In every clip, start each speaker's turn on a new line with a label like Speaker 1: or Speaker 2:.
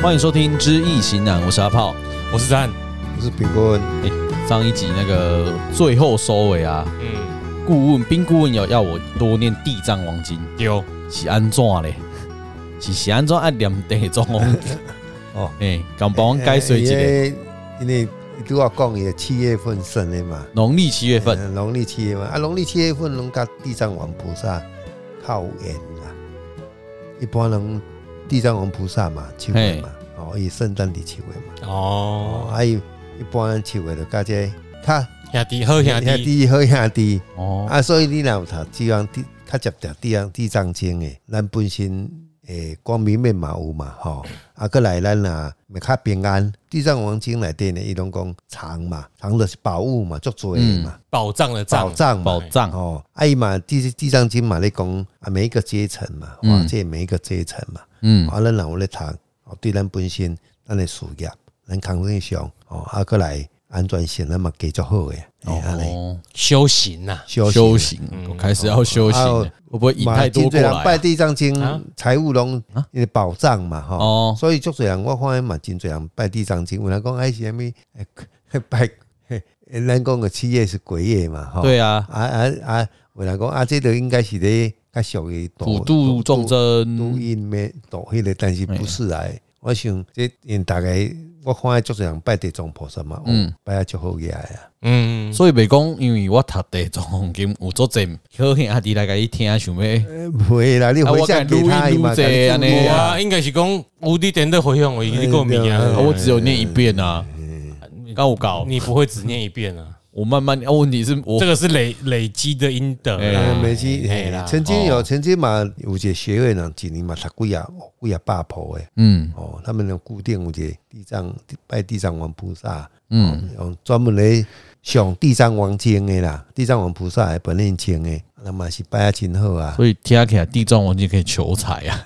Speaker 1: 欢迎收听《知易行难》，我是阿炮。
Speaker 2: 我是詹，
Speaker 3: 我是苹果文，
Speaker 1: 上一集那个最后收尾啊，
Speaker 2: 嗯，
Speaker 1: 顾问兵顾问要要我多念《地藏王经
Speaker 2: 有，》
Speaker 1: 是安怎嘞？ 是是安怎爱念地藏王经？
Speaker 3: 哦，哎
Speaker 1: 哎，敢帮我解释一下？
Speaker 3: 呃因为因为都要讲也七月份生的嘛，
Speaker 1: 农历七月份，
Speaker 3: 嗯农历七月份啊，农历七月份拢甲地藏王菩萨靠缘啦。一般人地藏王菩萨嘛，七月嘛，哦，伊圣诞伫七月嘛，哦，
Speaker 2: 哦，
Speaker 3: 啊伊一般七月就甲这较
Speaker 2: 兄弟，好兄
Speaker 3: 兄
Speaker 2: 弟，
Speaker 3: 弟好兄弟
Speaker 1: 哦，
Speaker 3: 啊，所以你若有读地藏地，较接着地藏地藏经诶，咱本身诶光明面嘛有嘛吼，啊，过来咱啊，咪较平安。地藏王经内底呢，伊拢讲藏嘛，藏就是宝物嘛，足多的嘛，
Speaker 2: 宝藏的
Speaker 3: 宝
Speaker 2: 藏，
Speaker 3: 藏嘛
Speaker 1: 宝。嗯藏
Speaker 3: 哦，啊伊嘛，地地藏经嘛，咧讲啊，每一个阶层嘛，哇，
Speaker 1: 嗯
Speaker 3: 这每一个阶层嘛，
Speaker 1: 嗯，
Speaker 3: 啊，咱若有咧读，哦，对咱本身，咱的事业，咱康健上，哦，啊，过来安全性，咱嘛加足好诶，哦，安尼
Speaker 1: 哦，
Speaker 2: 修行啊呐，
Speaker 3: 修行
Speaker 1: 修行，我开始要修行了
Speaker 3: 啊，
Speaker 1: 会不会引
Speaker 3: 嘛
Speaker 1: 太多
Speaker 3: 真
Speaker 1: 过
Speaker 3: 侪人
Speaker 1: 来
Speaker 3: 拜
Speaker 1: 啊？
Speaker 3: 地藏
Speaker 2: 啊
Speaker 3: 经，财务拢因为保障嘛，吼、
Speaker 1: 哦
Speaker 3: 所以足侪人我看见嘛，真侪人拜地藏经。有人讲哎，是啥物？ 哎拜，嘿咱讲个七月是鬼月嘛，吼、
Speaker 1: 对啊，
Speaker 3: 啊啊啊！有人讲啊，这个应该是咧较属于
Speaker 1: 普度众
Speaker 3: 度
Speaker 1: 生，嗯
Speaker 3: 因咩度迄个，但是不是来？我想这因大概我看见足侪人拜地藏菩萨嘛，
Speaker 1: 嗯
Speaker 3: 嗯，拜啊足好个啊，
Speaker 2: 嗯，
Speaker 1: 所以袂讲，因为我读地藏王经有作证，好兄弟来甲伊听，想要。
Speaker 3: 哎袂啦，你
Speaker 1: 啊
Speaker 3: 回
Speaker 1: 我
Speaker 3: 向
Speaker 1: 看
Speaker 3: 给
Speaker 1: 录
Speaker 3: 他
Speaker 1: 音录
Speaker 3: 嘛，
Speaker 1: 这
Speaker 3: 给他
Speaker 1: 安
Speaker 3: 注
Speaker 1: 尼
Speaker 3: 意
Speaker 1: 啊
Speaker 2: 哇，应该是讲无敌点的回向，我一个够名
Speaker 3: 对
Speaker 2: 啊
Speaker 3: 啊，
Speaker 1: 我只有念一遍啊，刚有搞，
Speaker 2: 你不会只念一遍啊，
Speaker 1: 我慢慢。啊，问题是我
Speaker 2: 这个是累累积的阴德
Speaker 1: 哎
Speaker 2: 啦，
Speaker 3: 没去，
Speaker 2: 哎
Speaker 3: 嘿
Speaker 2: 啦，
Speaker 3: 曾经
Speaker 1: 哦
Speaker 3: 有，曾经嘛有一个学会人一年嘛读几啊几啊百铺诶，
Speaker 1: 嗯
Speaker 3: 哦，他们有固定有一个地藏拜地藏王菩萨，哦
Speaker 1: 嗯，
Speaker 3: 用专门咧上地藏王经诶啦，地藏王菩萨诶本念经诶，那嘛是拜啊真好啊，
Speaker 1: 所以听起来地藏王经可以求财啊，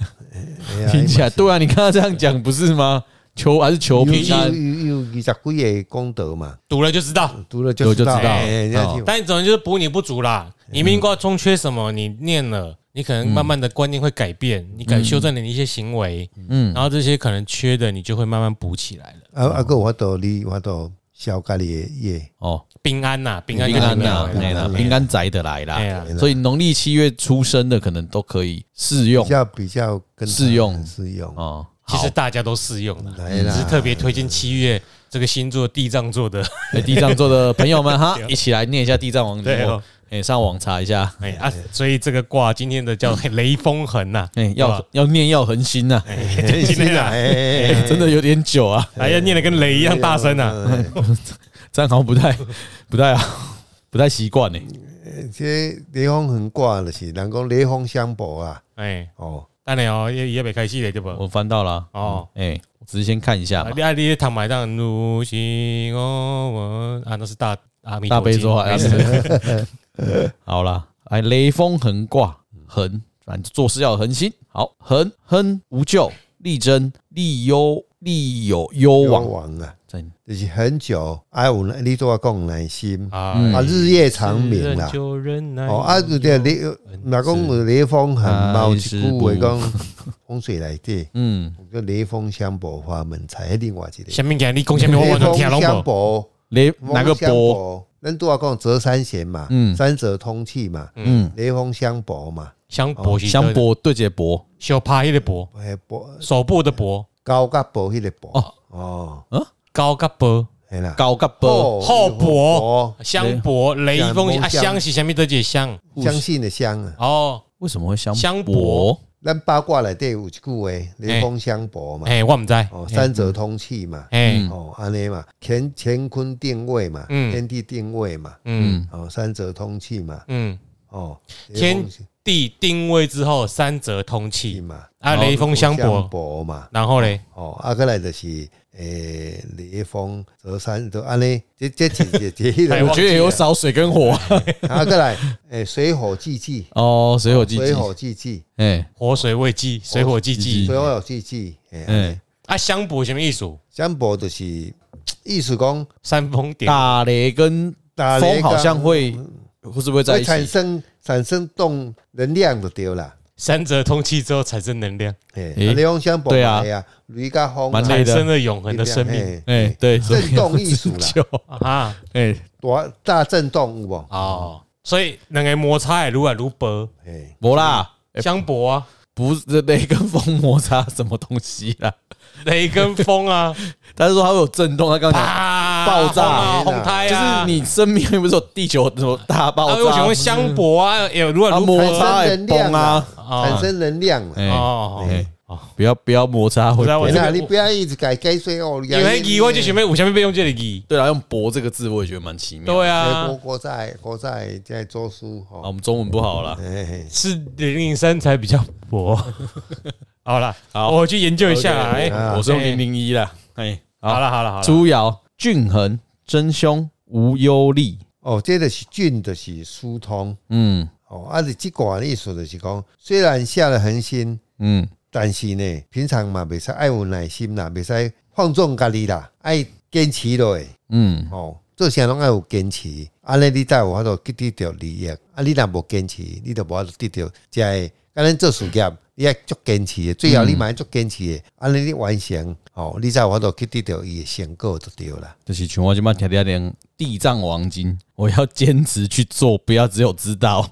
Speaker 3: 哎呀
Speaker 1: 听起来对啊，你刚刚这样讲不是吗？求还是求
Speaker 3: 有
Speaker 1: 平
Speaker 3: 有
Speaker 1: 安？
Speaker 3: 有有二十几个功德嘛，
Speaker 2: 读了就知道。
Speaker 3: 读了
Speaker 1: 有
Speaker 3: 就
Speaker 1: 就知道
Speaker 3: 哎
Speaker 1: 哦
Speaker 3: 人家就
Speaker 2: 但总之就是补你不足啦，你命卦中缺什么，你念了。你可能慢慢的观念会改变，你改修正你的一些行为，
Speaker 1: 嗯
Speaker 2: 嗯，然后这些可能缺的，你就会慢慢补起来了。
Speaker 3: 啊啊个我都你我都消家里诶业，
Speaker 1: 哦，
Speaker 2: 平安呐，平安
Speaker 1: 平
Speaker 2: 就
Speaker 1: 安
Speaker 2: 是
Speaker 1: 呐、
Speaker 2: 妙
Speaker 1: 啊，
Speaker 2: 的
Speaker 1: 对啦，
Speaker 2: 啦，
Speaker 1: 平安宅的来
Speaker 2: 哎
Speaker 1: 啦。
Speaker 2: 呀，
Speaker 1: 所以农历七月出生的可能都可以适
Speaker 3: 比
Speaker 1: 用
Speaker 3: 较比较跟
Speaker 1: 适用
Speaker 3: 适用，
Speaker 1: 哦。嗯
Speaker 2: 其
Speaker 1: 好
Speaker 2: 实，大家都适用的，
Speaker 3: 来啦
Speaker 2: 只是特别推荐七月这个星座地藏座的。
Speaker 1: 哎地藏座的朋友们哈，一起来念一下地藏王经
Speaker 2: 对
Speaker 1: 哦
Speaker 2: 哦。
Speaker 1: 哎，上网查一下，
Speaker 2: 哎啊，所以这个卦今天的叫雷锋痕呐，
Speaker 1: 哎，
Speaker 2: 对
Speaker 1: 要
Speaker 2: 吧
Speaker 1: 要念要恒心呐，
Speaker 2: 今天啊，
Speaker 3: 哎
Speaker 1: 哎 真的有点久啊。
Speaker 2: 哎呀，念的跟雷一样大声啊呐。
Speaker 3: 哎
Speaker 1: 这样好像不 太不太好，不太习惯呢。
Speaker 3: 啊这雷锋很挂的是，人讲雷锋相搏啊，
Speaker 2: 哎，
Speaker 3: 哦，
Speaker 2: 当然哦，也也别开始了，对不？
Speaker 1: 我翻到了啊，
Speaker 2: 哦，
Speaker 1: 哎、我只是先看一下
Speaker 2: 啊
Speaker 1: 嘛。
Speaker 2: 你啊你躺埋当如行我啊，那是大阿弥陀
Speaker 1: 大悲咒
Speaker 2: 经
Speaker 1: 啊，
Speaker 2: 没事
Speaker 1: 好啦，哎，雷锋横挂横，反正做事要有恒心。好，恒亨无咎，力争利忧，利有攸
Speaker 3: 国
Speaker 1: 往。
Speaker 3: 王啊，
Speaker 1: 真
Speaker 3: 就是很久，哎，有那你都要讲耐心
Speaker 2: 啊
Speaker 1: 嗯
Speaker 3: 啊，日夜长眠啦
Speaker 2: 忍。就忍耐
Speaker 3: 哦，啊，有点雷，若讲有雷锋很
Speaker 1: 啊
Speaker 3: 嘛，有一
Speaker 1: 是
Speaker 3: 句话讲风水来底
Speaker 1: 嗯，
Speaker 3: 有个雷锋相搏花门才另外一个。
Speaker 2: 下面讲你讲什么我完全听
Speaker 3: 雷锋
Speaker 2: 拢
Speaker 3: 相
Speaker 2: 不。
Speaker 3: 搏，
Speaker 1: 雷哪个
Speaker 3: 风相
Speaker 1: 波？
Speaker 3: 搏？咱都要讲折三弦嘛，
Speaker 1: 嗯
Speaker 3: 三折通气嘛，
Speaker 1: 嗯，
Speaker 3: 雷锋相搏嘛，
Speaker 2: 香博是
Speaker 1: 香博对接博
Speaker 2: 小趴迄个博，
Speaker 3: 哎，搏
Speaker 2: 手部的博，
Speaker 3: 高甲搏迄个
Speaker 1: 哦
Speaker 3: 搏，哦，
Speaker 2: 高甲博，
Speaker 3: 系啦，
Speaker 1: 高个波，
Speaker 2: 厚
Speaker 3: 薄
Speaker 2: 薄，香博雷锋啊，
Speaker 3: 香
Speaker 2: 香是啥物得解香？
Speaker 3: 相信的相啊，
Speaker 2: 哦，
Speaker 1: 为什么会香
Speaker 2: 香
Speaker 1: 博
Speaker 2: 博？
Speaker 3: 咱八卦内底有一句话，雷锋相搏嘛，
Speaker 2: 哎，我唔知，
Speaker 3: 哦，三者通气嘛，
Speaker 1: 嗯
Speaker 2: 哎，
Speaker 3: 哦，安尼嘛，乾乾坤定位嘛，
Speaker 2: 嗯
Speaker 3: 天地定位嘛，
Speaker 2: 嗯
Speaker 3: 哦，三者通气嘛，
Speaker 2: 嗯，
Speaker 3: 哦，
Speaker 2: 天
Speaker 3: 雷锋相
Speaker 2: 地定位之后三则通
Speaker 3: 气
Speaker 2: 气
Speaker 1: 嗯
Speaker 3: 嘛，
Speaker 2: 啊，雷锋香博，
Speaker 3: 搏嘛，
Speaker 2: 然后嘞，
Speaker 3: 哦，啊，再来就是诶，雷锋折三都安尼，这这这这 这
Speaker 2: 哎
Speaker 1: 我觉得有少水跟火
Speaker 3: 啊，再来诶，水火既济，
Speaker 1: 哦，水火既济
Speaker 3: 水。火既济，
Speaker 1: 哎，
Speaker 2: 火水未济，水火既
Speaker 1: 嗯
Speaker 2: 济
Speaker 3: 水火既济，诶，
Speaker 1: 哎，
Speaker 2: 啊，香博什么意思？
Speaker 3: 相搏就是意思讲。
Speaker 2: 煽风点火，
Speaker 1: 打雷跟
Speaker 3: 打雷
Speaker 1: 风好
Speaker 3: 跟
Speaker 1: 像会，是不是会在
Speaker 3: 会
Speaker 1: 一
Speaker 3: 产
Speaker 1: 起？
Speaker 3: 生产生动能量就对啦。
Speaker 2: 三者通气之后产生能量，
Speaker 3: 哎，
Speaker 1: 诶
Speaker 3: 啊你用香
Speaker 1: 对
Speaker 3: 本
Speaker 1: 啊
Speaker 3: 来呀，雷加风
Speaker 1: 蛮累
Speaker 2: 产
Speaker 1: 的
Speaker 2: 生了永恒的生命
Speaker 3: 命
Speaker 1: 哎、对，
Speaker 3: 震动艺术 啦
Speaker 1: 所以有自救
Speaker 2: 啊！
Speaker 1: 哎、
Speaker 3: 大大震动有无？
Speaker 2: 哦，所以两个摩擦的愈来愈薄，
Speaker 3: 哎，
Speaker 1: 没啦，哎
Speaker 2: 相搏啊，
Speaker 1: 不是雷跟风摩擦什么东西啦。
Speaker 2: 雷跟风啊，
Speaker 1: 他是说它会有震动，他刚刚讲。
Speaker 2: 啪，
Speaker 1: 爆炸
Speaker 2: 啊红胎
Speaker 1: 就是
Speaker 2: 啊，
Speaker 1: 你身边不是有地球什么大爆
Speaker 2: 啊，
Speaker 1: 炸？
Speaker 2: 我想问相搏啊，也如
Speaker 1: 啊
Speaker 2: 果
Speaker 1: 摩擦
Speaker 3: 产
Speaker 1: 也
Speaker 3: 生能
Speaker 1: 崩
Speaker 3: 量
Speaker 1: 啊
Speaker 3: 啊！
Speaker 2: 啊
Speaker 3: 产生能量啦。
Speaker 1: 哎、
Speaker 2: 哦，
Speaker 1: 哎不要不要摩擦会
Speaker 2: 不是啊我
Speaker 1: 崩
Speaker 3: 哎
Speaker 2: 这。
Speaker 3: 那
Speaker 2: 个
Speaker 3: 你不要一直改改水哦，
Speaker 2: 有那疑我就想
Speaker 3: 备。
Speaker 2: 要有啥物被用这个疑，
Speaker 1: 对了，用“搏”这个字我也觉得蛮奇妙。
Speaker 2: 对
Speaker 3: 哎
Speaker 2: 啊哦
Speaker 3: 国，国在国在在做书
Speaker 1: 啊，
Speaker 3: 哈
Speaker 1: 我。们中文不好啦。
Speaker 3: 哎嘿
Speaker 2: 是零零三才比较 薄。好了，
Speaker 1: 好
Speaker 2: 我去研究一下啦。
Speaker 1: OK，
Speaker 2: 哎，
Speaker 3: 啊
Speaker 1: 我是用零零一啦。哎，
Speaker 2: 好，了好了好了，
Speaker 1: 朱瑶、俊恒、真凶、无忧力。
Speaker 3: 哦，这个是菌，就是疏通
Speaker 1: 嗯
Speaker 3: 哦。啊，你这个意思就是讲，虽然下了恒心，
Speaker 1: 嗯，
Speaker 3: 但是呢，平常嘛，袂使爱有耐心啦，袂使放纵家己啦，爱坚持落去
Speaker 1: 嗯，
Speaker 3: 哦。做啥拢爱有坚持，安尼你才有法度去得到利益。啊，你若无坚持，你就无法度得到才会。啊，咱做事业，你要足坚持的，最后你嘛要足坚持的，安尼你完成哦，你才有法度去得到伊的成果就对啦。
Speaker 1: 就是像我今麦听听连地藏王经， 我要坚持去做，不要只有知道。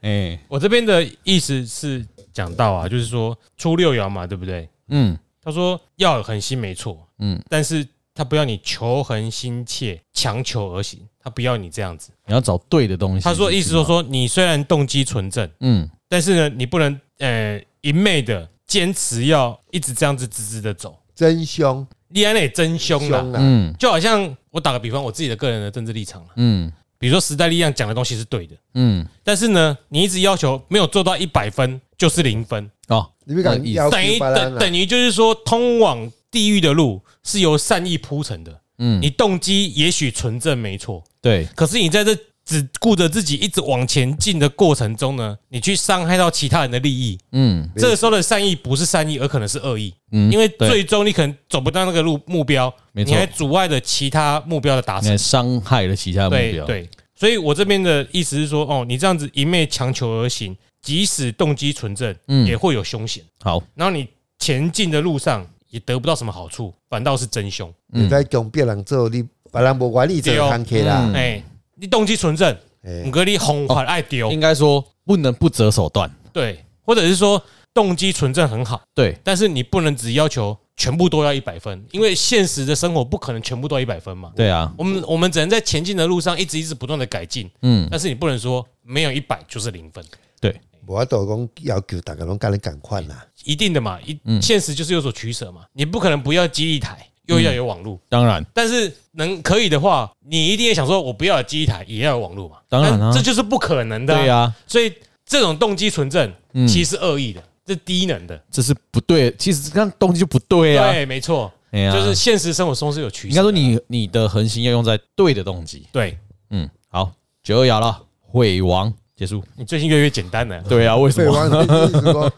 Speaker 1: 哎，
Speaker 2: 我这边的意思是讲到啊，就是说初六爻嘛，对不对？
Speaker 1: 嗯
Speaker 2: 他说要有恒心没错，
Speaker 1: 嗯，
Speaker 2: 但是他不要你求恒心切，强求而行，他不要你这样子。
Speaker 1: 你要找对的东西。
Speaker 2: 他说意思就是，说，你虽然动机纯正，
Speaker 1: 嗯
Speaker 2: 但是呢，你不能呃一昧的坚持要一直这样子直直的走，
Speaker 3: 真凶，
Speaker 2: 你安内真凶啦。
Speaker 3: 凶啦，
Speaker 1: 嗯
Speaker 2: 就好像我打个比方，我自己的个人的政治立场啦，
Speaker 1: 嗯
Speaker 2: 比如说时代力量讲的东西是对的，
Speaker 1: 嗯，
Speaker 2: 但是呢，你一直要求没有做到一百分就是零分，
Speaker 1: 哦，
Speaker 3: 你别讲
Speaker 1: 那意思
Speaker 3: 要求
Speaker 2: 等于
Speaker 3: 别人
Speaker 2: 等
Speaker 3: 啦
Speaker 2: 等于就是说，通往地狱的路是由善意铺成的。
Speaker 1: 嗯
Speaker 2: 你动机也许纯正没错，
Speaker 1: 对，
Speaker 2: 可是你在这只顾着自己一直往前进的过程中呢，你去伤害到其他人的利益，
Speaker 1: 嗯
Speaker 2: 这个时候的善意不是善意，而可能是恶意，
Speaker 1: 嗯，
Speaker 2: 因为
Speaker 1: 对
Speaker 2: 最终你可能走不到那个路目标，
Speaker 1: 没错
Speaker 2: 你还阻碍了其他目标的达
Speaker 1: 你
Speaker 2: 成
Speaker 1: 还。伤害了其他目
Speaker 2: 对
Speaker 1: 标。
Speaker 2: 对，所以我这边的意思是说，哦，你这样子一昧强求而行，即使动机纯正，
Speaker 1: 嗯
Speaker 2: 也会有凶险。
Speaker 1: 好，
Speaker 2: 然后你前进的路上也得不到什么好处，反倒是真凶。
Speaker 3: 你在讲别人做，你别人无管理做行起啦
Speaker 1: 嗯。哦
Speaker 2: 哎，你动机纯正，
Speaker 3: 哎
Speaker 2: 五哥你红还爱丢
Speaker 1: 应，该说不能不择手段。
Speaker 2: 对，或者是说动机纯正很好，
Speaker 1: 对，
Speaker 2: 但是你不能只要求全部都要一百分，因为现实的生活不可能全部都要一百分嘛。
Speaker 1: 对啊，
Speaker 2: 我们我们只能在前进的路上一直一直不断的改进，
Speaker 1: 嗯，
Speaker 2: 但是你不能说没有一百就是零分，
Speaker 1: 对，
Speaker 3: 无法度讲要求大家拢甲你共款啦。
Speaker 2: 一定的嘛，一
Speaker 1: 嗯
Speaker 2: 现实就是有所取舍嘛，你不可能不要基地台，又要有网络，
Speaker 1: 当然，
Speaker 2: 但是能可以的话，你一定也想说，我不要有基地台，也要有网络嘛，
Speaker 1: 当然啊
Speaker 2: 但这就是不可能的、
Speaker 1: 对啊，
Speaker 2: 所以这种动机纯正，
Speaker 1: 嗯
Speaker 2: 其实是恶意的，这低能的，
Speaker 1: 这是不对，其实这样动机就不对啊。
Speaker 2: 对，没错，
Speaker 1: 哎呀，
Speaker 2: 就是现实生活中是有取舍的，
Speaker 1: 应该说你你的恒心要用在对的动机。
Speaker 2: 对
Speaker 1: 嗯，好，九二爻了，毁亡结束。
Speaker 2: 你最近越来越简单了，
Speaker 1: 对啊，为什
Speaker 3: 废
Speaker 1: 么？
Speaker 3: 话，你 是讲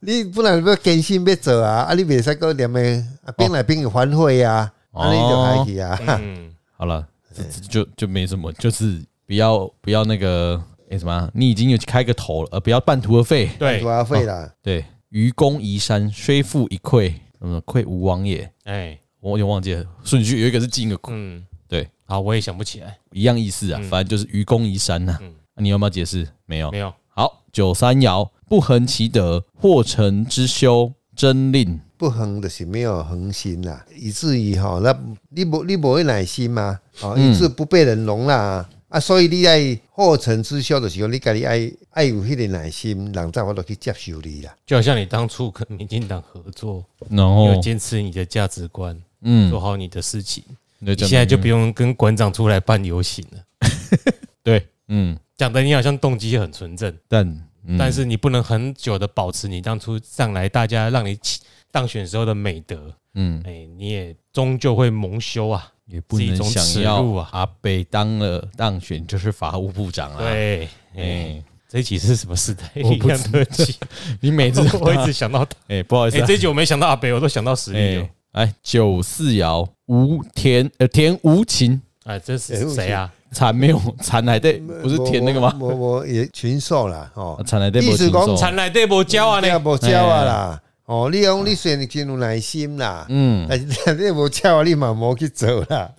Speaker 3: 你本来要坚信要做啊，啊你袂使讲念诶，啊变来变去反悔啊，
Speaker 1: 哦
Speaker 3: 啊你就害去啊。
Speaker 2: 嗯，
Speaker 1: 好了，这这就就没什么，就是不要不要那个哎什么啊，你已经有开个头了，呃，不要半途而废。
Speaker 2: 对
Speaker 3: 多，啊费啦，
Speaker 1: 对，愚公移山，虽富一溃，什么溃吾往也。
Speaker 2: 哎，
Speaker 1: 我有点忘记了顺序，有一个是进一个溃，
Speaker 2: 嗯，
Speaker 1: 对，
Speaker 2: 好，我也想不起来，
Speaker 1: 一样意思啊，
Speaker 2: 嗯
Speaker 1: 反正就是愚公移山呐、
Speaker 2: 嗯
Speaker 1: 啊你有没有解释？没有
Speaker 2: 没。有，
Speaker 1: 好，九三爻不恒其德，或成之修，真令。
Speaker 3: 不恒就是没有恒心啦，以至于吼，那你无你无耐心嘛，哦，
Speaker 1: 嗯
Speaker 3: 以致不被人容啦。啊，所以你爱后尘之修，就是讲你家己爱爱有迄个耐心，人才有法度去接受你啦。
Speaker 2: 就好像你当初跟民进党合作，
Speaker 1: 然
Speaker 2: 要
Speaker 1: 后，
Speaker 2: 坚持你的价值观，
Speaker 1: 嗯
Speaker 2: 做，好你的事情，
Speaker 1: 你
Speaker 2: 你现在就不用跟馆长出来办游行了。
Speaker 1: 对，嗯，
Speaker 2: 讲的你好像动机很纯正，
Speaker 1: 但、嗯
Speaker 2: 但是你不能很久的保持你当初上来大家让你起当选时候的美德，
Speaker 1: 嗯，
Speaker 2: 哎，你也终究会蒙羞啊。
Speaker 1: 也不能
Speaker 2: 是一种
Speaker 1: 想
Speaker 2: 耻
Speaker 1: 要
Speaker 2: 辱啊
Speaker 1: 阿北当了当选就是法务部长啊。，
Speaker 2: 对，
Speaker 1: 哎、
Speaker 2: 哎，这一集是什么时代
Speaker 1: 我
Speaker 2: 力
Speaker 1: 不
Speaker 2: 量
Speaker 1: 知
Speaker 2: 特辑？
Speaker 1: 你每次
Speaker 2: 我一直想到他，
Speaker 1: 哎、不好意思、
Speaker 2: 哎，
Speaker 1: 啊，
Speaker 2: 这一集我没想到阿北，我都想到实力哦了
Speaker 1: 哎。哎九四爻无田呃田无情，
Speaker 2: 哎，这是谁啊？
Speaker 1: 蚕没有蚕来对，不是填那个吗？
Speaker 3: 我我也群兽啦，哦，
Speaker 1: 蚕来对，
Speaker 3: 意思讲
Speaker 2: 产来对无鸟啊
Speaker 3: 你也
Speaker 1: 哦
Speaker 2: 呢，
Speaker 3: 无鸟啊啦，哦，你讲你虽然真有耐心啦，
Speaker 1: 嗯，
Speaker 3: 但是 你无鸟啊，你嘛无去做啦，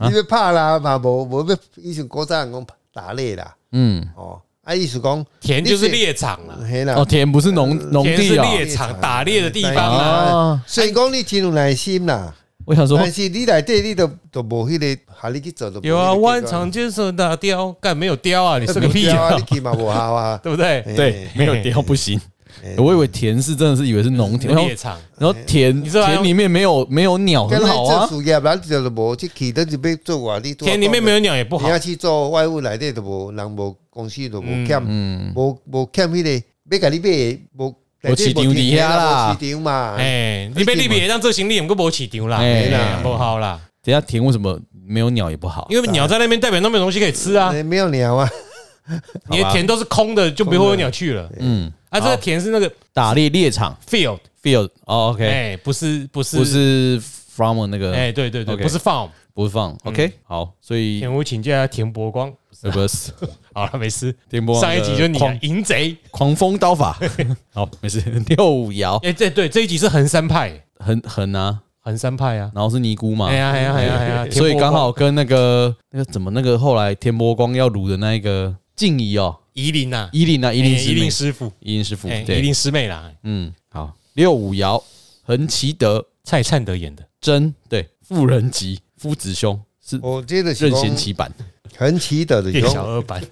Speaker 3: 你要拍啦嘛无无要，以前古早人讲打猎啦，
Speaker 1: 嗯，
Speaker 3: 哦，啊意思讲，
Speaker 2: 田就是猎场啦，
Speaker 3: 嘿啦
Speaker 1: 哦，，田不是农农
Speaker 2: 呃田是
Speaker 1: 地啊、
Speaker 2: 猎场打猎的地方啊。
Speaker 3: 哦
Speaker 2: 哎
Speaker 1: 啊！
Speaker 3: 虽然讲你真有耐心啦，
Speaker 1: 我想说，
Speaker 3: 但是你内底你都都无迄个，哈你去做都
Speaker 2: 有啊，弯长箭手打雕，干没有雕啊？你是个屁啊哎
Speaker 3: 啊，，你去嘛无效啊，
Speaker 2: 对不 对？
Speaker 1: 对，没有田不行。
Speaker 2: 哎
Speaker 1: 我以为田是真的是以为是农田，然后
Speaker 2: 猎场
Speaker 1: 然后田
Speaker 2: 你知道
Speaker 1: 田里面没有没有鸟，
Speaker 3: 跟
Speaker 1: 很
Speaker 3: 咱
Speaker 1: 好
Speaker 3: 做
Speaker 1: 啊。
Speaker 3: 事业啦，你就是无去去，咱就要做啊，你做
Speaker 2: 田里面没有鸟也不好
Speaker 3: 你，要去做外务内底都无人无公司都
Speaker 1: 嗯
Speaker 3: 无欠，无无欠迄个，要甲你买的无，
Speaker 1: 无市场底下啦
Speaker 3: 无市场嘛，
Speaker 2: 哎，你被你别让这行李也够无起丢啦，
Speaker 1: 哎
Speaker 2: 哎呀，不好啦，
Speaker 1: 等一下田为什么没有鸟也不好？
Speaker 2: 因为鸟在那边代表都没有东西可以吃啊，
Speaker 3: 哎没有鸟啊，
Speaker 2: 你的田都是空的，就不会有鸟去了。
Speaker 1: 嗯，
Speaker 2: 啊，这个田是那个
Speaker 1: 打猎猎场
Speaker 2: field，
Speaker 1: field 哦，OK，
Speaker 2: 哎，不是不是
Speaker 1: 不，是 from 那
Speaker 2: 哎，
Speaker 1: 个
Speaker 2: 对嗯对对，
Speaker 1: OK
Speaker 2: 不是 farm。
Speaker 1: 不是放 OK 好，所以
Speaker 2: 田我请假田伯光，
Speaker 1: 呃不 是
Speaker 2: 好了，没事。
Speaker 1: 田波
Speaker 2: 上一集就你啊
Speaker 1: 狂
Speaker 2: 淫贼，
Speaker 1: 狂风刀法， 好没事 六五爻
Speaker 2: 哎，这对这一集是横山派，
Speaker 1: 很很啊，
Speaker 2: 横山派啊，
Speaker 1: 然后是尼姑嘛
Speaker 2: 哎，呀哎呀哎呀哎呀，
Speaker 1: 所以
Speaker 2: 田伯光
Speaker 1: 刚好跟那个那个怎么那个后来田波光要掳的那一个静怡哦，
Speaker 2: 夷陵啊，
Speaker 1: 伊林啊伊林
Speaker 2: 哎
Speaker 1: 师
Speaker 2: 夷陵
Speaker 1: 妹
Speaker 2: 师傅，
Speaker 1: 伊林师傅
Speaker 2: 哎，夷
Speaker 1: 对，
Speaker 2: 陵师妹啦，
Speaker 1: 嗯好六五爻横其德
Speaker 2: 蔡灿德演的，
Speaker 1: 真对妇人吉夫子兄是
Speaker 3: 我哦这就是
Speaker 1: 任贤
Speaker 3: 讲
Speaker 1: 齐版。
Speaker 3: 很奇的，就是
Speaker 2: 变小
Speaker 3: 讲，
Speaker 2: 二版，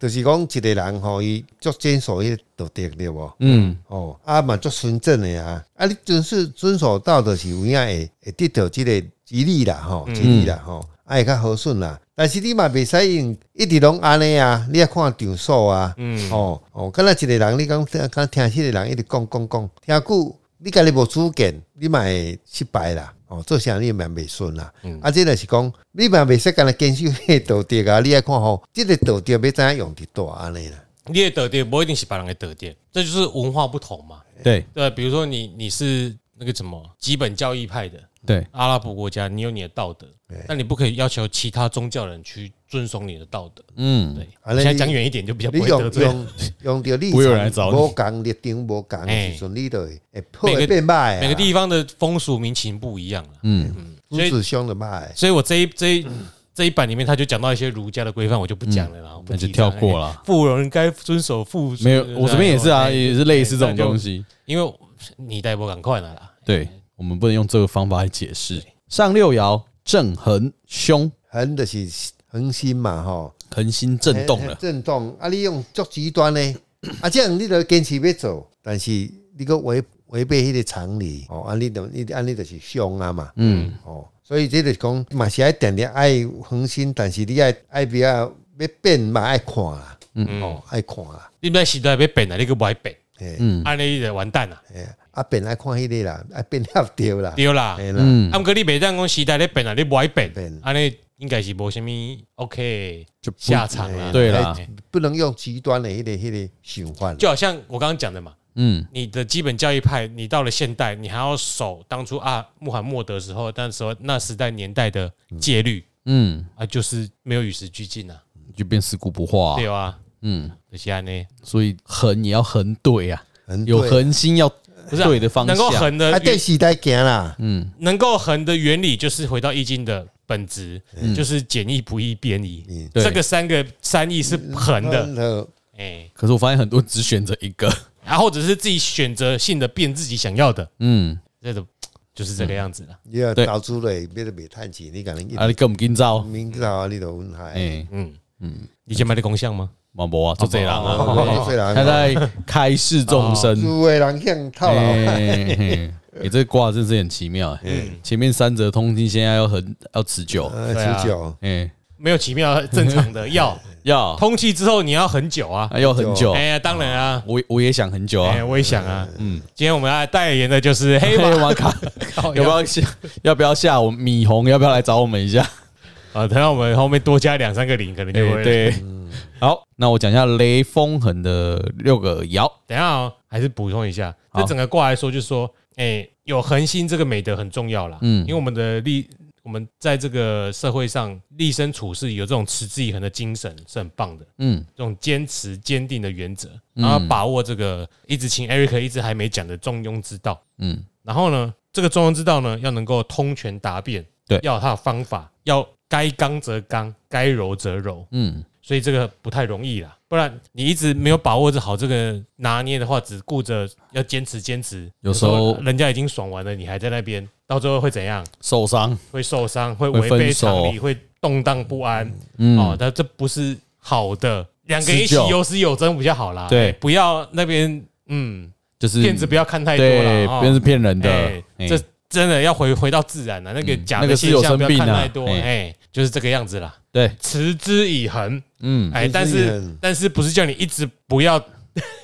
Speaker 3: 就是讲一个人吼，伊足遵守迄道德对无？
Speaker 1: 嗯
Speaker 3: 哦，啊嘛足纯正的啊，啊你遵守遵守到的是有影会会得到即个吉利啦吼，吉利啦吼，啊会较好顺啦。但是你嘛袂使用一直拢安尼啊，你要看场所啊，
Speaker 2: 嗯
Speaker 3: 哦哦，敢若一个人你讲听敢听迄个人一直讲讲讲，听久你家己无主见，你嘛会失败啦。哦，做啥你嘛袂顺啦。啊，这就是讲你嘛袂使干若坚守迄个道德啊，你要看吼，即、个道德要怎样用伫倒安尼啦。
Speaker 2: 你的得点不一定是别人的得点，这就是文化不同嘛。
Speaker 1: 对
Speaker 2: 对，比如说你你是那个什么基本教义派的
Speaker 1: 对，
Speaker 2: 阿拉伯国家，你有你的道德，但你不可以要求其他宗教人去遵守你的道德。
Speaker 1: 嗯
Speaker 2: 对，
Speaker 3: 啊
Speaker 2: 我
Speaker 3: 那
Speaker 2: 现在
Speaker 3: 你
Speaker 2: 讲远一点就比较
Speaker 3: 你
Speaker 2: 不会得
Speaker 3: 用
Speaker 2: 罪。
Speaker 3: 用用着立
Speaker 1: 不会有人来找
Speaker 3: 场
Speaker 1: 你
Speaker 3: 无共立场无共的时阵，你就会会破
Speaker 2: 每
Speaker 3: 会
Speaker 2: 个
Speaker 3: 变
Speaker 1: 哎
Speaker 3: 歹啊。
Speaker 2: 每个地方的风俗民情不一样了，
Speaker 1: 嗯
Speaker 3: 夫
Speaker 2: 所以
Speaker 3: 子相的歹，
Speaker 2: 所以我这一这一这一版里面他就讲到一些儒家的规范，我就不讲了啦，我
Speaker 1: 嗯
Speaker 2: 不
Speaker 1: 那就
Speaker 2: 提
Speaker 1: 跳
Speaker 2: 倡
Speaker 1: 过
Speaker 2: 哎
Speaker 1: 了
Speaker 2: 富人该遵守富，
Speaker 1: 没有，我这边也是啊，
Speaker 2: 哎
Speaker 1: 也是类似这种东，
Speaker 2: 哎
Speaker 1: 西。
Speaker 2: 那就因为你带不赶快了啦，
Speaker 1: 对，我们不能用这个方法来解释。上六爻正横凶，
Speaker 3: 横就是恒心嘛吼，
Speaker 1: 恒心震动
Speaker 3: 嘿嘿
Speaker 1: 了。
Speaker 3: 震动啊！你用足极端呢，啊这样你就坚持要做，但是你个违违背迄个常理哦，啊你就你啊你就是凶啊嘛，
Speaker 1: 嗯，
Speaker 3: 哦，所以这就是讲嘛是爱定定爱恒心，但是你爱爱比较要变嘛爱看啦，嗯哦爱看啦，
Speaker 2: 你不要时代被变了，你个不爱变，
Speaker 3: 嘿
Speaker 1: 嗯
Speaker 2: 安尼就完蛋了，
Speaker 1: 哎
Speaker 3: 嘿啊变爱看迄个啦，爱变了对啦，哎
Speaker 2: 对啦。
Speaker 3: 嘿啦。
Speaker 1: 嗯，
Speaker 2: 啊，毋过你袂当讲时代咧变啊，你不爱变
Speaker 3: 变，
Speaker 2: 安尼应该是无啥物 OK
Speaker 1: 就不
Speaker 2: 下场啦。哎
Speaker 1: 对啦，
Speaker 3: 不能用极端的迄、个迄、个想法啦。
Speaker 2: 就好像我刚刚讲的嘛，
Speaker 1: 嗯
Speaker 2: 你的基本教义派，你到了现代，你还要守当初啊穆罕默德时候那时候那时代年代的戒律
Speaker 1: 嗯，
Speaker 2: 啊，就是没有与时俱进啊，
Speaker 1: 就变死骨不化啊。
Speaker 2: 对啊，
Speaker 1: 嗯，
Speaker 2: 就是安尼，
Speaker 1: 所以横也要横对啊，
Speaker 3: 很
Speaker 1: 有
Speaker 3: 对
Speaker 1: 恒心要
Speaker 2: 不是啊
Speaker 1: 对的方
Speaker 2: 能够
Speaker 1: 向。
Speaker 2: 横的
Speaker 3: 啊，对
Speaker 2: 原
Speaker 3: 时代行啦，
Speaker 1: 嗯
Speaker 2: 能够横的原理就是回到易经的本质，就是简易不易变易
Speaker 3: 嗯，
Speaker 1: 嗯对
Speaker 2: 这个三个三义是横
Speaker 3: 啊
Speaker 2: 的，
Speaker 3: 的，
Speaker 2: 哎。
Speaker 1: 可是我发现很多人只选择一个。
Speaker 2: 然后或者是自己选择性的变自己想要的，
Speaker 1: 嗯，
Speaker 2: 这种就是这个样子了。
Speaker 3: 你要
Speaker 1: 对
Speaker 3: 投资嘞，别都别趁钱，你可能
Speaker 1: 啊，
Speaker 3: 一
Speaker 1: 你更不今朝。
Speaker 3: 明早啊，你都分开。
Speaker 1: 哎，
Speaker 2: 嗯嗯，你先买的公项吗？
Speaker 1: 毛博啊，做这人
Speaker 3: 哦哦哦
Speaker 1: 啊
Speaker 3: 做这人，啊
Speaker 1: 他在开示众生。
Speaker 3: 有的人向套
Speaker 2: 哦嗯
Speaker 3: 牢，
Speaker 1: 哎、嘿欸这卦真是很奇妙、欸。前面三则通经，现在要很要持久。
Speaker 3: 呃，
Speaker 2: 对啊
Speaker 3: 持久，
Speaker 1: 哎、
Speaker 2: 没有奇妙，正常的 要
Speaker 1: 要
Speaker 2: 通气之后你要很久啊。
Speaker 1: 啊要很久。
Speaker 2: 哎呀，当然啊，
Speaker 1: 我我也想很久啊
Speaker 2: 哎，。我也想啊。嗯，今天我们要代言的就是黑马，
Speaker 1: 马卡，
Speaker 2: 靠
Speaker 1: 要不要下？要不要下我们米红？要不要来找我们一 下？
Speaker 2: 啊？等到我们后面多加两三个零，可能
Speaker 1: 哎
Speaker 2: 就会。，
Speaker 1: 对，好，那我讲一下雷风痕的六个爻。
Speaker 2: 等一下哦，还是补充一下，
Speaker 1: 好
Speaker 2: 这整个卦来说，就是说，哎，有恒心这个美德很重要啦。
Speaker 1: 嗯
Speaker 2: 嗯，因为我们的历我们在这个社会上立身处世，有这种持之以恒的精神是很棒的，
Speaker 1: 嗯，
Speaker 2: 这种坚持坚定的原则，
Speaker 1: 嗯
Speaker 2: 然后把握这个一直请 Eric 一直还没讲的中庸之道。
Speaker 1: 嗯，
Speaker 2: 然后呢，这个中庸之道呢，要能够通权达变，
Speaker 1: 对
Speaker 2: 要有它的方法，要该刚则刚，该柔则柔，
Speaker 1: 嗯，
Speaker 2: 所以这个不太容易啦。不然你一直没有把握着好这个拿捏的话，只顾着要坚持坚持，
Speaker 1: 有时候
Speaker 2: 人家已经爽完了，你还在那边，到最后会怎样？
Speaker 1: 受伤，
Speaker 2: 会受伤，会
Speaker 1: 会
Speaker 2: 违背
Speaker 1: 分手
Speaker 2: 常理，会动荡不安。
Speaker 1: 嗯，
Speaker 2: 哦，但这不是好的，两个人一起
Speaker 1: 持久
Speaker 2: 有始有终比较好啦。
Speaker 1: 对
Speaker 2: 哎不要那边嗯，
Speaker 1: 就是
Speaker 2: 骗子不要看太多
Speaker 1: 对，
Speaker 2: 了。
Speaker 1: 别人
Speaker 2: 哦
Speaker 1: 是骗人的
Speaker 2: 哎，
Speaker 1: 哎
Speaker 2: 这真的要回回到自然了。啊那个
Speaker 1: 嗯
Speaker 2: 假
Speaker 1: 那
Speaker 2: 的
Speaker 1: 个是
Speaker 2: 现
Speaker 1: 有
Speaker 2: 象
Speaker 1: 生
Speaker 2: 不要
Speaker 1: 病
Speaker 2: 看
Speaker 1: 啊
Speaker 2: 太多，
Speaker 1: 哎
Speaker 2: 哎，就是这个样子啦。
Speaker 1: 对，
Speaker 2: 持之以恒，
Speaker 1: 嗯，
Speaker 2: 哎，但
Speaker 3: 持之以
Speaker 2: 是
Speaker 3: 恒
Speaker 2: 但是不是叫你一直不要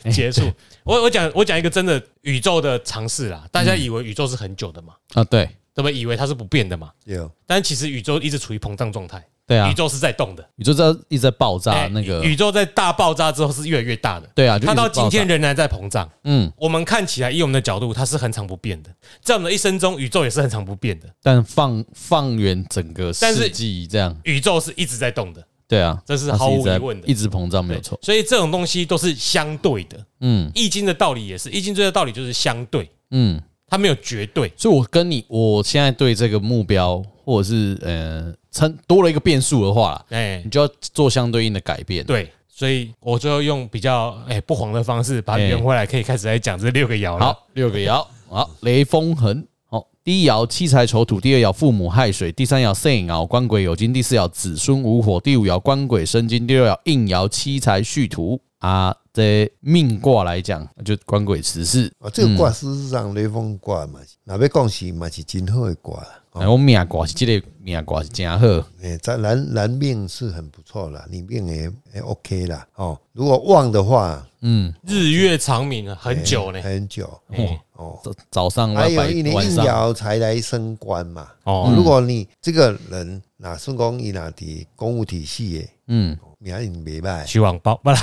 Speaker 1: 哎
Speaker 2: 结 束？我我讲我讲一个真的宇宙的尝试啦，大
Speaker 1: 嗯
Speaker 2: 家以为宇宙是很久的嘛，
Speaker 1: 啊，对，
Speaker 2: 对不对？以为它是不变的嘛，
Speaker 3: 对，啊
Speaker 2: 但其实宇宙一直处于膨胀状态，
Speaker 1: 对啊
Speaker 2: 宇，宙是在动的。
Speaker 1: 宇宙在一直在爆炸
Speaker 2: 哎，
Speaker 1: 那个，
Speaker 2: 宇宙在大爆炸之后是越来越大的，
Speaker 1: 对啊，就一
Speaker 2: 它
Speaker 1: 直
Speaker 2: 到
Speaker 1: 爆炸
Speaker 2: 今天，仍然在膨胀。
Speaker 1: 嗯，
Speaker 2: 我们看起来以我们的角度，它是恒常不变的，在我们的一生中，宇宙也是恒常不变的，
Speaker 1: 但放放远整个
Speaker 2: 但是
Speaker 1: 世纪这样，
Speaker 2: 宇宙是一直在动的，
Speaker 1: 对啊，
Speaker 2: 这是
Speaker 1: 它
Speaker 2: 毫
Speaker 1: 一
Speaker 2: 无
Speaker 1: 直在
Speaker 2: 疑问的
Speaker 1: 一。直膨胀没有
Speaker 2: 对
Speaker 1: 错，
Speaker 2: 所以这种东西都是相对的，《
Speaker 1: 嗯
Speaker 2: 易经》的道理也是，《易经》最的道理就是相对，
Speaker 1: 嗯。
Speaker 2: 它没有绝对。
Speaker 1: 所以，我跟你，我现在对这个目标，或者是呃，称多了一个变数的话啦，
Speaker 2: 哎
Speaker 1: 你，就要做相对应的改变。，
Speaker 2: 对，所以我最后用比较哎不黄的方式把它
Speaker 1: 哎
Speaker 2: 圆回来，可以开始来讲这六个爻了。，
Speaker 1: 好，六个爻，好，雷风恒，好，第一爻七财丑土，第二爻父母亥水，第三爻肾爻官鬼酉金，第四爻子孙午火，第五爻官鬼申金，第六爻应爻七财戌土。啊，这命卦来讲，就官鬼十四，
Speaker 3: 啊，
Speaker 2: 嗯
Speaker 3: 这个卦事实上雷锋卦嘛，若要讲是嘛是真好的卦啦。
Speaker 1: 然后哎命卦是这个命卦是真好，
Speaker 3: 诶、咱男男命是很不错啦，你命也也 OK 啦。哦，如果旺的话，
Speaker 1: 嗯，
Speaker 2: 日月长明了很久呢。嗯
Speaker 3: 很久
Speaker 1: 哇，
Speaker 3: 哦。
Speaker 1: 早早上
Speaker 3: 还
Speaker 1: 晚
Speaker 3: 有一年
Speaker 1: 晚
Speaker 3: 应
Speaker 1: 上，
Speaker 3: 爻才来升官嘛。
Speaker 2: 哦，
Speaker 3: 如果你这个人哪算讲伊哪伫公务体系的，
Speaker 1: 嗯，
Speaker 3: 名应袂歹，
Speaker 2: 希望包不啦。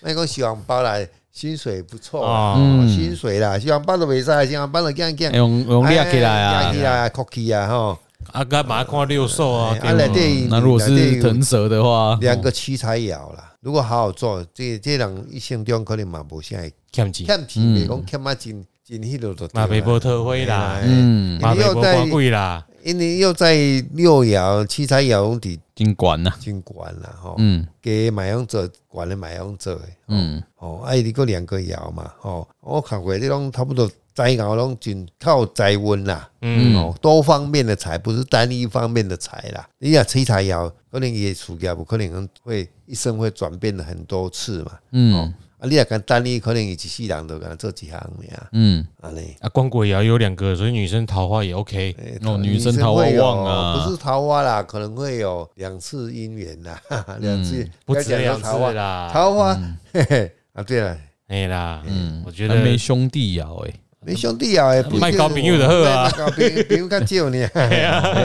Speaker 3: 那讲小红包啦，薪水不错啦，
Speaker 2: 哦
Speaker 3: 哦
Speaker 1: 嗯
Speaker 3: 薪水啦，小红包都袂使，小红包都这样这样，
Speaker 1: 哎用用力起来啊哦
Speaker 3: 哎抓！起来，cookie 啊，吼。
Speaker 2: 啊，干嘛看六兽啊对
Speaker 3: 哎？啊
Speaker 2: 不
Speaker 3: 内
Speaker 2: 对
Speaker 3: 底
Speaker 1: 嗯那如果
Speaker 3: 内底
Speaker 1: 是
Speaker 3: 有
Speaker 1: 腾蛇的话，
Speaker 3: 两个七彩爻啦，如果好好做，这这人一生中可能嘛无啥会
Speaker 2: 欠钱，
Speaker 3: 欠
Speaker 1: 嗯
Speaker 3: 钱，袂讲欠啊真真迄落都
Speaker 2: 马北波特灰
Speaker 3: 哎
Speaker 2: 啦，
Speaker 1: 嗯，
Speaker 2: 马北
Speaker 3: 要
Speaker 2: 波
Speaker 3: 在
Speaker 2: 光贵啦，
Speaker 3: 因为要在六爻七彩爻拢伫
Speaker 1: 金管呐，
Speaker 3: 真悬啦吼，
Speaker 1: 啊嗯
Speaker 3: 加买用做悬的买用做诶，
Speaker 1: 嗯
Speaker 3: 吼，啊伊你个两个爻嘛，吼，我看过你拢差不多财爻拢真靠财运啦，
Speaker 2: 嗯，
Speaker 3: 哦，多方面的财，不是单一方面的财啦。你讲七财爻，可能也属业，有可能会一生会转变了很多次嘛。
Speaker 1: 嗯
Speaker 3: 啊，你若讲单一，可能伊一世人都干做几行尔，
Speaker 1: 嗯，
Speaker 3: 安尼。
Speaker 2: 啊，光棍也要有两个，所以女生桃花也 OK。
Speaker 3: 诶
Speaker 1: 哦女生桃花
Speaker 3: 呃会有
Speaker 1: 旺啊
Speaker 3: 不是桃花啦，可能会有两次姻缘啦， 哈哈两次
Speaker 2: 嗯不
Speaker 3: 要
Speaker 2: 止
Speaker 3: 讲
Speaker 2: 两次
Speaker 3: 到桃花，
Speaker 2: 啦，嗯
Speaker 3: 桃花， 嘿嘿啊，对了，
Speaker 2: 哎啦，嗯，我觉
Speaker 1: 还没
Speaker 2: 得
Speaker 1: 兄弟哎呀，喂，
Speaker 3: 没兄弟啊，也不
Speaker 2: 卖交朋友就
Speaker 3: 的
Speaker 2: 好啊
Speaker 3: 搞朋友 朋友较少呢，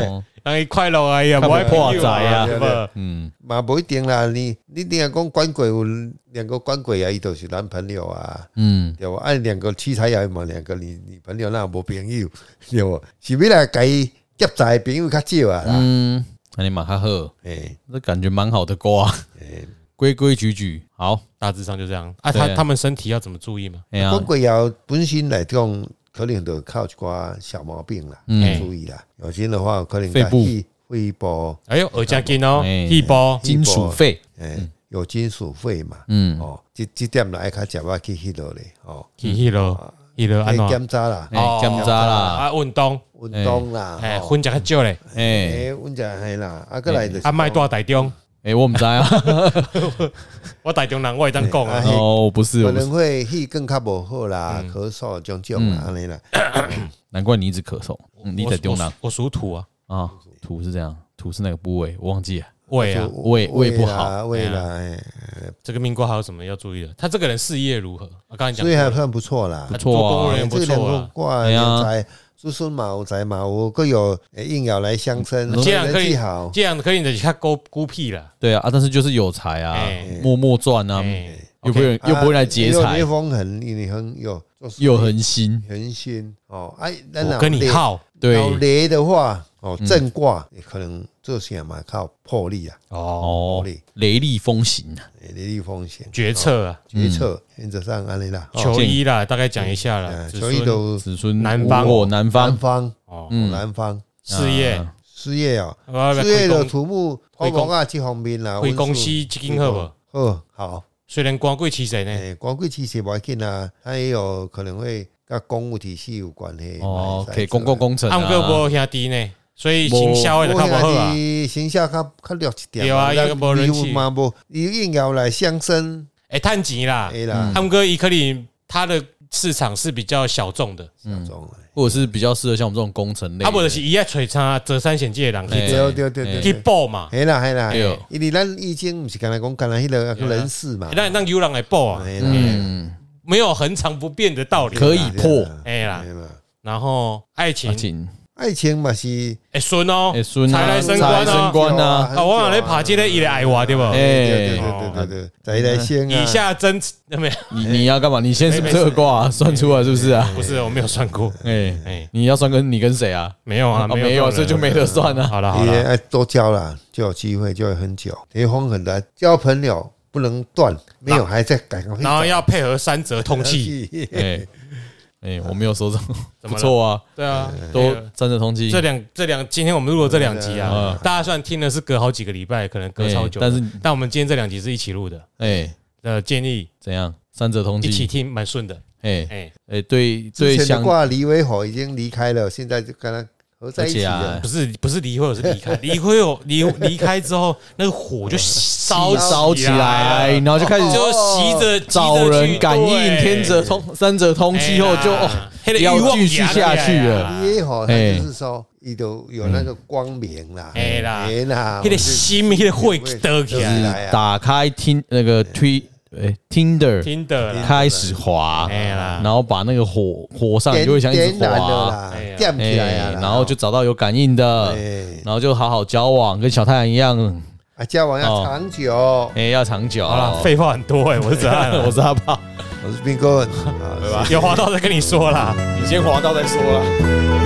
Speaker 1: 哦
Speaker 2: 让你快乐哎呀，
Speaker 1: 看
Speaker 2: 不爱
Speaker 1: 不破
Speaker 2: 朋友
Speaker 1: 宅啊
Speaker 2: 对吧
Speaker 1: 嗯
Speaker 3: 嘛不一定啦。你你你若讲官鬼有两个官鬼啊，伊就是男朋友啊。
Speaker 1: 嗯
Speaker 3: 对吧？按两个七彩啊也嘛，两个女女朋友那无朋友，对吧？是要来伊结财的朋友较少啊啦。
Speaker 1: 嗯，那你蛮还好，
Speaker 3: 诶、
Speaker 1: 这感觉蛮好的瓜，
Speaker 3: 哎
Speaker 1: 规规矩矩，好，
Speaker 2: 大致上就这样啊。
Speaker 1: 对
Speaker 2: 他他们身体要怎么注意吗？
Speaker 1: 哎呀
Speaker 3: 光，棍爻本身来讲，可能就靠一寡小毛病啦，
Speaker 1: 嗯
Speaker 3: 注意啦。有些的话，可能
Speaker 1: 肺部
Speaker 3: 肺肺部，
Speaker 2: 哎呦，耳夹筋哦，
Speaker 1: 哎
Speaker 2: 一包
Speaker 1: 金属肺，
Speaker 3: 诶、
Speaker 2: 嗯
Speaker 3: 有金属肺嘛。
Speaker 1: 嗯
Speaker 3: 哦，这这点来较食我去迄落咧，哦，
Speaker 2: 去迄咯，迄咯安
Speaker 3: 去
Speaker 2: 怎？
Speaker 3: 检查啦，
Speaker 1: 哎，检查啦，
Speaker 3: 哦
Speaker 2: 啊，运动，
Speaker 3: 运动啦，
Speaker 2: 哎，
Speaker 3: 哦
Speaker 2: 婚食较少嘞，
Speaker 1: 哎
Speaker 3: 诶，阮就系啦，啊，过来就是
Speaker 2: 啊，卖大台中，
Speaker 1: 哎，我们知啊，
Speaker 2: 我台中人我会当讲啊
Speaker 3: 哎，
Speaker 1: 哦，不是，我
Speaker 3: 可
Speaker 1: 不是
Speaker 3: 能会气更较无好啦，咳嗽种种啦，安尼啦。
Speaker 1: 难怪你一直咳嗽，嗯 你
Speaker 2: 我
Speaker 1: 在丢囊，
Speaker 2: 我属土啊，
Speaker 1: 啊，土是这样，土是哪个部位？我忘记了，
Speaker 2: 胃啊，
Speaker 1: 胃胃不好，
Speaker 3: 啦胃啦，哎
Speaker 2: 这个命卦还有什么要注意的？他这个人事业如何？我刚才讲
Speaker 3: 所以还算不错啦
Speaker 2: 他。
Speaker 1: 错啊
Speaker 2: 做公务人
Speaker 3: 哎
Speaker 2: 员
Speaker 3: 这
Speaker 2: 嗯不
Speaker 3: 个两
Speaker 2: 错
Speaker 3: 个
Speaker 2: 啊，
Speaker 3: 卦
Speaker 1: 哎呀
Speaker 3: 有财，子孙嘛有财嘛有，各有哎应爻来相生，
Speaker 2: 这样可
Speaker 3: 人
Speaker 2: 以
Speaker 3: 际好，
Speaker 2: 这样可以的，他孤孤僻了，
Speaker 1: 对啊，啊，但是就是有才啊
Speaker 2: 哎，
Speaker 1: 默默赚啊，
Speaker 2: 哎
Speaker 1: 又不会
Speaker 3: 啊
Speaker 1: 又不会来劫
Speaker 3: 又
Speaker 1: 财
Speaker 3: 雷，锋很，你很有，
Speaker 1: 又狠心，
Speaker 3: 恒心哦。哎，咱
Speaker 2: 我
Speaker 3: 若
Speaker 2: 跟你
Speaker 3: 有
Speaker 2: 耗，
Speaker 1: 对
Speaker 3: 老雷的话，哦，正卦、也可能做些嘛靠魄力啊，
Speaker 2: 哦，
Speaker 1: 哦
Speaker 3: 力，
Speaker 1: 雷厉风行啊，
Speaker 3: 雷厉风险，
Speaker 2: 决策啊，
Speaker 3: 决策原则上安利啦，哦
Speaker 2: 球衣啦，大概讲一下啦
Speaker 3: 呃，
Speaker 2: 啊子
Speaker 3: 所以
Speaker 2: 孙
Speaker 3: 都
Speaker 1: 子孙
Speaker 2: 南方
Speaker 1: 哦，南
Speaker 3: 南
Speaker 1: 方
Speaker 3: 方
Speaker 2: 哦，
Speaker 1: 嗯
Speaker 3: 南方
Speaker 2: 事业，
Speaker 1: 啊
Speaker 3: 事业哦，
Speaker 2: 啊
Speaker 3: 事业的
Speaker 2: 回公
Speaker 3: 土木、土
Speaker 2: 归功
Speaker 3: 木啊这方面啦，
Speaker 2: 回
Speaker 3: 文
Speaker 2: 公
Speaker 3: 书
Speaker 2: 司基金好不？
Speaker 3: 哦，好，
Speaker 2: 虽然光贵其谁呢？
Speaker 3: 诶，光贵其实无要紧啊，它也有可能会跟公务体系有关系。
Speaker 1: 哦
Speaker 3: 嘛，
Speaker 1: 可以公共，工程
Speaker 2: 按个
Speaker 1: 啊，
Speaker 2: 无兄弟呢，所以行销
Speaker 3: 会
Speaker 2: 的
Speaker 3: 使
Speaker 2: 就
Speaker 3: 做
Speaker 2: 较无好
Speaker 3: 我
Speaker 2: 啊
Speaker 3: 现。在形象较较弱一点。
Speaker 2: 对啊
Speaker 3: 咱
Speaker 2: 因为没人气
Speaker 3: 你有嘛无，你硬要来相生，
Speaker 2: 哎，探级啦，
Speaker 3: 哎啦，
Speaker 2: 他们哥伊克里他的市场是比较小众的，
Speaker 3: 这种的
Speaker 1: 或者是比较适合像我们这种工程类的。
Speaker 2: 啊，不就是伊爱找差折三险界的人
Speaker 1: 哎
Speaker 2: 去
Speaker 3: 对对对
Speaker 1: 哎
Speaker 3: 对
Speaker 2: 去
Speaker 3: 对，
Speaker 2: 报嘛，
Speaker 3: 系啦系啦
Speaker 1: 哎呦，
Speaker 3: 因为咱已经毋是干来讲干来迄个
Speaker 2: 啊
Speaker 3: 那个人事嘛，
Speaker 2: 让让有人来报啊，
Speaker 3: 嘿啦
Speaker 1: 嗯，
Speaker 2: 没有恒常不变的道理。
Speaker 1: 可以破
Speaker 2: 哎啦
Speaker 3: 嘿，啦，
Speaker 2: 然后爱情
Speaker 1: 啊，请
Speaker 3: 爱情嘛是
Speaker 2: 哎孙哦
Speaker 1: 哎，孙啊
Speaker 2: 才来升官
Speaker 1: 才来升
Speaker 2: 哦
Speaker 1: 官。啊
Speaker 3: 很久
Speaker 2: 啊，我往来爬这个伊来爱我对不？
Speaker 1: 哎
Speaker 3: 对对对对对对，再来先啊，
Speaker 2: 以下真没有，
Speaker 1: 你你要干嘛？你先是不是这个卦啊算出来是不是啊？
Speaker 2: 不是我没有算过，
Speaker 1: 哎，
Speaker 2: 哎，
Speaker 1: 你要算跟你跟谁啊？
Speaker 2: 没有啊，
Speaker 1: 啊没有，
Speaker 2: 可能
Speaker 1: 这就没得算啊。
Speaker 2: 好了好
Speaker 3: 也
Speaker 2: 了，
Speaker 3: 爱哎多交啦，就有机会，就会很久。雷锋很难交朋友，不能断，没有还在改。
Speaker 2: 然 后要配合三折通气，
Speaker 3: 气，
Speaker 1: 哎哎，我没有说这种，
Speaker 2: 怎
Speaker 1: 不
Speaker 2: 么了
Speaker 1: 错啊，
Speaker 2: 对啊，
Speaker 1: 都
Speaker 2: 对啊
Speaker 1: 站着通气
Speaker 2: 这。两这两，今天我们录了这两集
Speaker 1: 对
Speaker 2: 啊
Speaker 1: 啊，
Speaker 2: 大家虽然听的是隔好几个礼拜，可能隔超
Speaker 1: 哎
Speaker 2: 久的，
Speaker 1: 但是
Speaker 2: 但我们今天这两集是一起录的，
Speaker 1: 哎，
Speaker 2: 呃，建议
Speaker 1: 怎样？三者通
Speaker 2: 一起
Speaker 1: 气。
Speaker 2: 听，蛮顺的，
Speaker 1: 哎
Speaker 2: 哎，
Speaker 1: 哎，对
Speaker 3: 之
Speaker 1: 对，
Speaker 3: 前的
Speaker 1: 想
Speaker 3: 卦黎维火已经离开了，现在就跟他合在一
Speaker 1: 而
Speaker 3: 起
Speaker 1: 且
Speaker 3: 了
Speaker 1: 啊。
Speaker 2: 不是不是离婚，是离开，离婚有离离开之后，那个火就烧
Speaker 1: 烧
Speaker 3: 啊
Speaker 1: 烧起来，
Speaker 2: 了哦
Speaker 1: 然后就开始哦
Speaker 2: 就急着急着
Speaker 1: 找人
Speaker 2: 去
Speaker 1: 感应
Speaker 2: 对
Speaker 1: 天泽通三泽通气后就
Speaker 2: 哎呀
Speaker 1: 哦
Speaker 2: 那个
Speaker 1: 要
Speaker 2: 欲望
Speaker 1: 继续
Speaker 2: 压力
Speaker 1: 下去
Speaker 2: 啊
Speaker 1: 了
Speaker 3: 黎维火，他
Speaker 1: 哎
Speaker 3: 就是说，伊都有那个光明啦，
Speaker 2: 哎啦
Speaker 3: 哎啦，
Speaker 2: 那个心，那个会得起
Speaker 3: 就是
Speaker 2: 来，
Speaker 3: 来啊
Speaker 1: 打开听那个
Speaker 2: 哎
Speaker 1: 推诶 Tinder
Speaker 2: 听的啦，
Speaker 1: 开始滑，
Speaker 2: 哎呀
Speaker 1: 然后把那个火火上你
Speaker 3: 点
Speaker 1: 就会想一直
Speaker 3: 点燃了
Speaker 1: 滑，
Speaker 3: 啦
Speaker 2: 哎呀，
Speaker 3: 点起来
Speaker 1: 哎
Speaker 3: 啊，啦
Speaker 1: 然后就找到有感应的，
Speaker 3: 哎，
Speaker 1: 然后就好好交往，跟小太阳一样，
Speaker 3: 啊，交往要
Speaker 1: 哦
Speaker 3: 长久。
Speaker 1: 哎要长久。
Speaker 2: 好了，废话很多哎，我是子安 啊
Speaker 1: 我是阿炮，
Speaker 3: 啊我是斌哥，好，
Speaker 2: 有话到再跟你说啦。
Speaker 1: 你先滑到再说啦。